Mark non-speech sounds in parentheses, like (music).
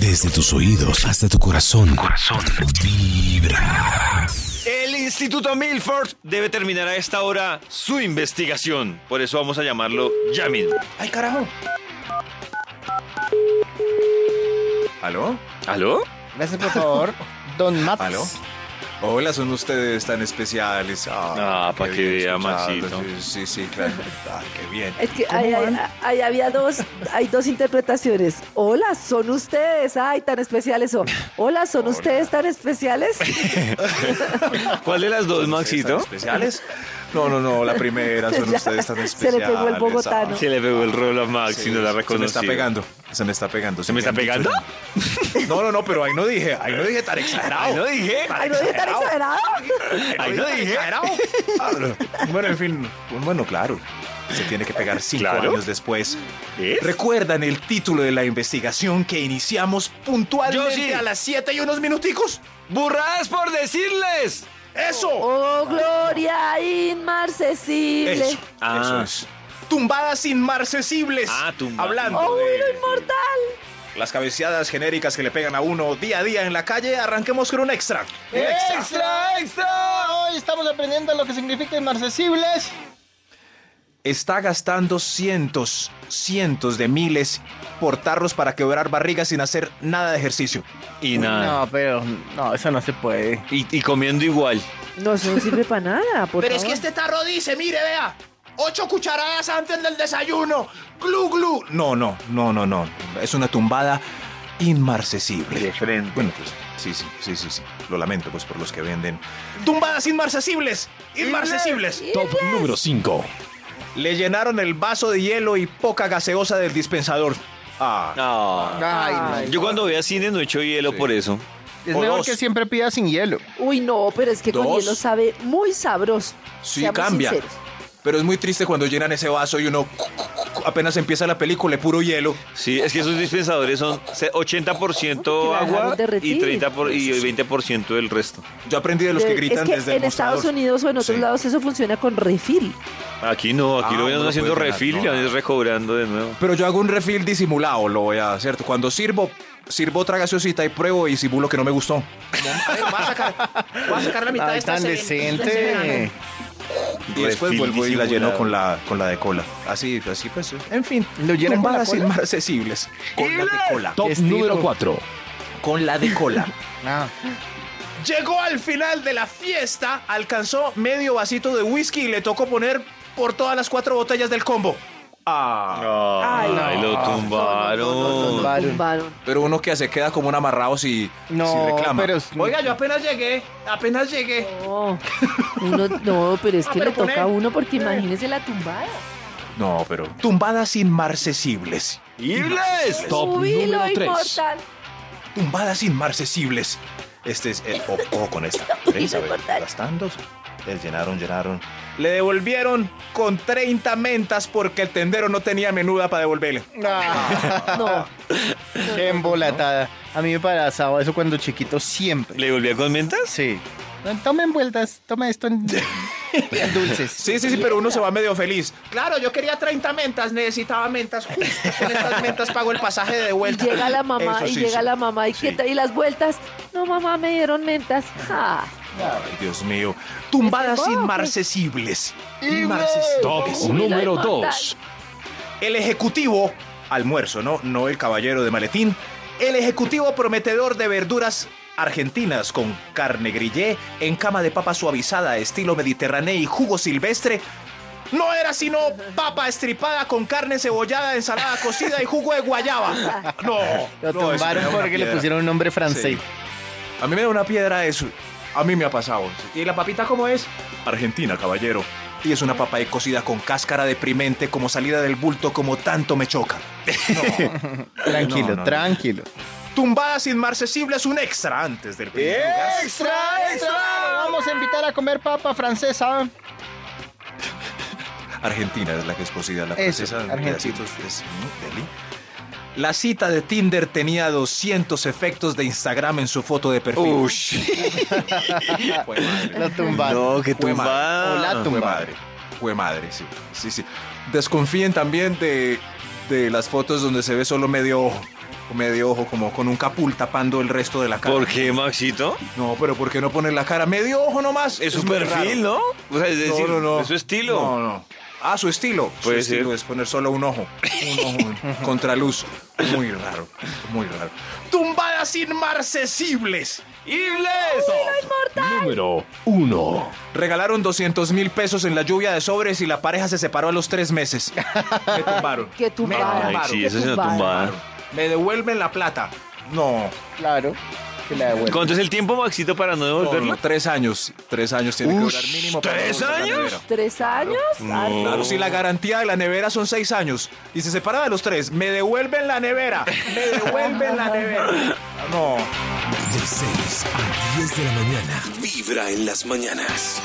Desde tus oídos hasta tu corazón. Corazón. Vibra. El Instituto Milford debe terminar a esta hora su investigación. Por eso vamos a llamarlo ya mismo. ¡Ay, carajo! ¿Aló? ¿Aló? Gracias, por favor. Don Matos. ¿Aló? Hola, son ustedes tan especiales. Ah, pa' qué que bien vea, escucharlos. Maxito. Sí, sí, sí, (laughs) claro. Ah, qué bien. Es que ¿Cómo ahí, van? ahí- ahí había dos, hay dos interpretaciones. Hola, son ustedes, ay, tan especiales. O, hola, son ustedes tan especiales. ¿Cuál de las dos, ¿Son ustedes tan Maxito? especiales? No, no, no, la (laughs) primera, son Ya, ustedes tan se especiales. Ah, le pegó el bogotano. Se le pegó el rol a Max Sí, y no la se me reconoció. está pegando, se me está pegando. ¿Se me está pegando? No, no, no, pero ahí no dije, ahí (laughs) no dije tan exagerado. Ay, no dije. Ay, no dije tan exagerado. Ay, no dije. Bueno, en fin, bueno, claro. Se tiene que pegar cinco Claro. años después. ¿Eh? ¿Recuerdan el título de la investigación que iniciamos puntualmente Yo sí. a las 7 y unos minuticos? ¡Burradas por decirles! ¡Eso! Oh, gloria inmarcesible. Eso, eso Ah. es. Tumbadas inmarcesibles. Ah, tumba- Hablando Oh, de bueno, inmortal. las cabeceadas genéricas que le pegan a uno día a día en la calle, arranquemos con un extra. Un extra. ¡Extra, extra! Hoy estamos aprendiendo lo que significa inmarcesibles. Está gastando cientos, cientos de miles por tarros para quebrar barrigas sin hacer nada de ejercicio. Y nada. No, pero no, eso no se puede. Y, y comiendo igual. No, eso no sirve para nada, por Pero es que favor. este tarro dice, mire, vea, ocho cucharadas antes del desayuno. Glu, glu. No, no, no, no, no. Es una tumbada inmarcesible. Bueno, pues, sí, sí, sí, sí, sí. Lo lamento, pues, por los que venden. ¡Tumbadas inmarcesibles! ¡Inmarcesibles! Top número 5. Le llenaron el vaso de hielo y poca gaseosa del dispensador. Ah, No. Ay, no. Ay. Yo cuando voy a cine no echo hielo Sí. por eso. Es O mejor dos. que siempre pida sin hielo. Uy, no, pero es que con Dos. hielo sabe muy sabroso. Sí, Seamos cambia. sinceros. pero es muy triste cuando llenan ese vaso y uno cu, cu, cu, cu, apenas empieza la película, puro hielo. Sí, es que esos dispensadores son se- 80% Porque la agua dejaron y, derretir. 30 por- y 20% del resto. Yo aprendí de los que De- gritan es que desde el en Estados mostrador. Unidos o en otros Sí. lados eso funciona con refil. Aquí no, aquí Ah, lo uno vienen lo haciendo puede llenar, refil y no. van a ir recobrando de nuevo. Pero yo hago un refill disimulado, lo voy a hacer. Cuando sirvo, sirvo otra gaseosita y pruebo y simulo que no me gustó. Voy a sacar, voy a sacar la mitad de Ay, esta tan de ese- de ese verano. decente. Y después Refil vuelvo y la lleno disimulado. con la, con la de cola. Así, así pues. En fin, ¿Lo llena con la tumbadas cola? inaccesibles. Con la de cola. Este Top estilo. número 4. Con la de cola. No. (laughs) Llegó al final de la fiesta, alcanzó medio vasito de whisky y le tocó poner por todas las cuatro botellas del combo. Ah. Ay, Ay, no. lo tumbaron. Tumbaron. Tumbaron. Pero uno que se queda como un amarrado si, No, si reclama. pero- Oiga, yo apenas llegué, apenas llegué. No, uno, no, pero es que pero le toca a poner- uno porque imagínese la tumbada. No, pero tumbadas inmarcesibles. ¡Ibles! Top Uy, lo número tres. inmortal. Tumbadas inmarcesibles. Este es el ojo con (laughs) esta. Elizabeth, Gastando. Les llenaron, llenaron. Le devolvieron con 30 mentas porque el tendero no tenía menuda para devolverle. Ah, No, (laughs) qué embolatada. A mí me pasaba eso cuando chiquito siempre. ¿Le volvía con mentas? Sí. No, Tomen vueltas, tomen esto (laughs) en, en dulces. Sí, sí, sí, pero uno se va medio feliz. Claro, yo quería 30 mentas, necesitaba mentas. justas. Con estas mentas pago el pasaje de y vuelta. llega la mamá, Eso y sí, llega sí. la mamá, y, Sí. qué tal? y las vueltas. No, mamá, me dieron mentas. Ah, Ay, Dios mío. Tumbadas Este bobo, inmarcesibles. Y Inmarcesibles. Top Uy, la número inmortal. 2. El ejecutivo, almuerzo, ¿no? No el caballero de maletín. El ejecutivo prometedor de verduras argentinas con carne grillé en cama de papa suavizada, estilo mediterráneo y jugo silvestre. No era sino papa estripada con carne cebollada, ensalada cocida y jugo de guayaba. No. Lo no, eso me tumbaron da una porque le piedra. pusieron un nombre francés. A mí me da una piedra eso. A mí me ha pasado. ¿Y la papita cómo es? Argentina, caballero. Y es una papa de cocida con cáscara deprimente como salida del bulto como tanto me choca. Tranquilo, No, no, no. tranquilo. Tumbadas inmarcesibles un extra antes del primer lugar. ¡Extra, extra! Vamos a invitar a comer papa francesa. Argentina es la que es cocida la Eso, princesa. Argentina. La cita de Tinder tenía 200 efectos de Instagram en su foto de perfil. (laughs) Fue madre. Lo tumbaron. No, qué Fue tumbada. madre. Hola, Fue tumbada. madre. Fue madre, sí. Sí, sí. Desconfíen también de, de las fotos donde se ve solo medio ojo. medio ojo, como con un capul tapando el resto de la cara. ¿Por qué, Maxito? No, pero ¿por qué no poner la cara medio ojo nomás? Es su muy perfil, raro. ¿no? O sea, es decir, no, no, no. es su estilo. No, no. Ah, su estilo. Puede su estilo ser. es poner solo un ojo. Un (laughs) ojo contra luz. Muy raro, muy raro. Tumbadas inmarcesibles. ¡Ibles! Número 1. Regalaron 200 mil pesos en la lluvia de sobres y la pareja se separó a los tres (laughs) meses. Me tumbaron. Qué tumbada. Ay, tumbaron. sí, qué eso es una tumbada. Me devuelven la plata. No, Claro, que la devuelve. ¿Cuánto es el tiempo, Maxito, para no no, devolverlo? no, tres años. Tres años tiene que Ush, durar mínimo. para ¿tres devolver la años? nevera. ¿Tres años? Ah, No. Claro, si la garantía de la nevera son seis años y se separa de los tres, me devuelven la nevera, me devuelven la nevera. No, De 6 a 10 de la mañana. Vibra en las mañanas.